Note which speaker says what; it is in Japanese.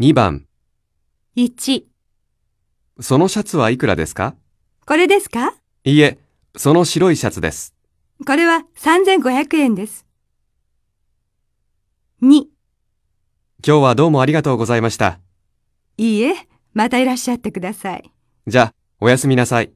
Speaker 1: 2番、
Speaker 2: 1、
Speaker 1: そのシャツはいくらですか
Speaker 2: これですか
Speaker 1: いいえ、その白いシャツです。
Speaker 2: これは3500円です。2、
Speaker 1: 今日はどうもありがとうございました。
Speaker 2: いいえ、またいらっしゃってください。
Speaker 1: じゃあ、おやすみなさい。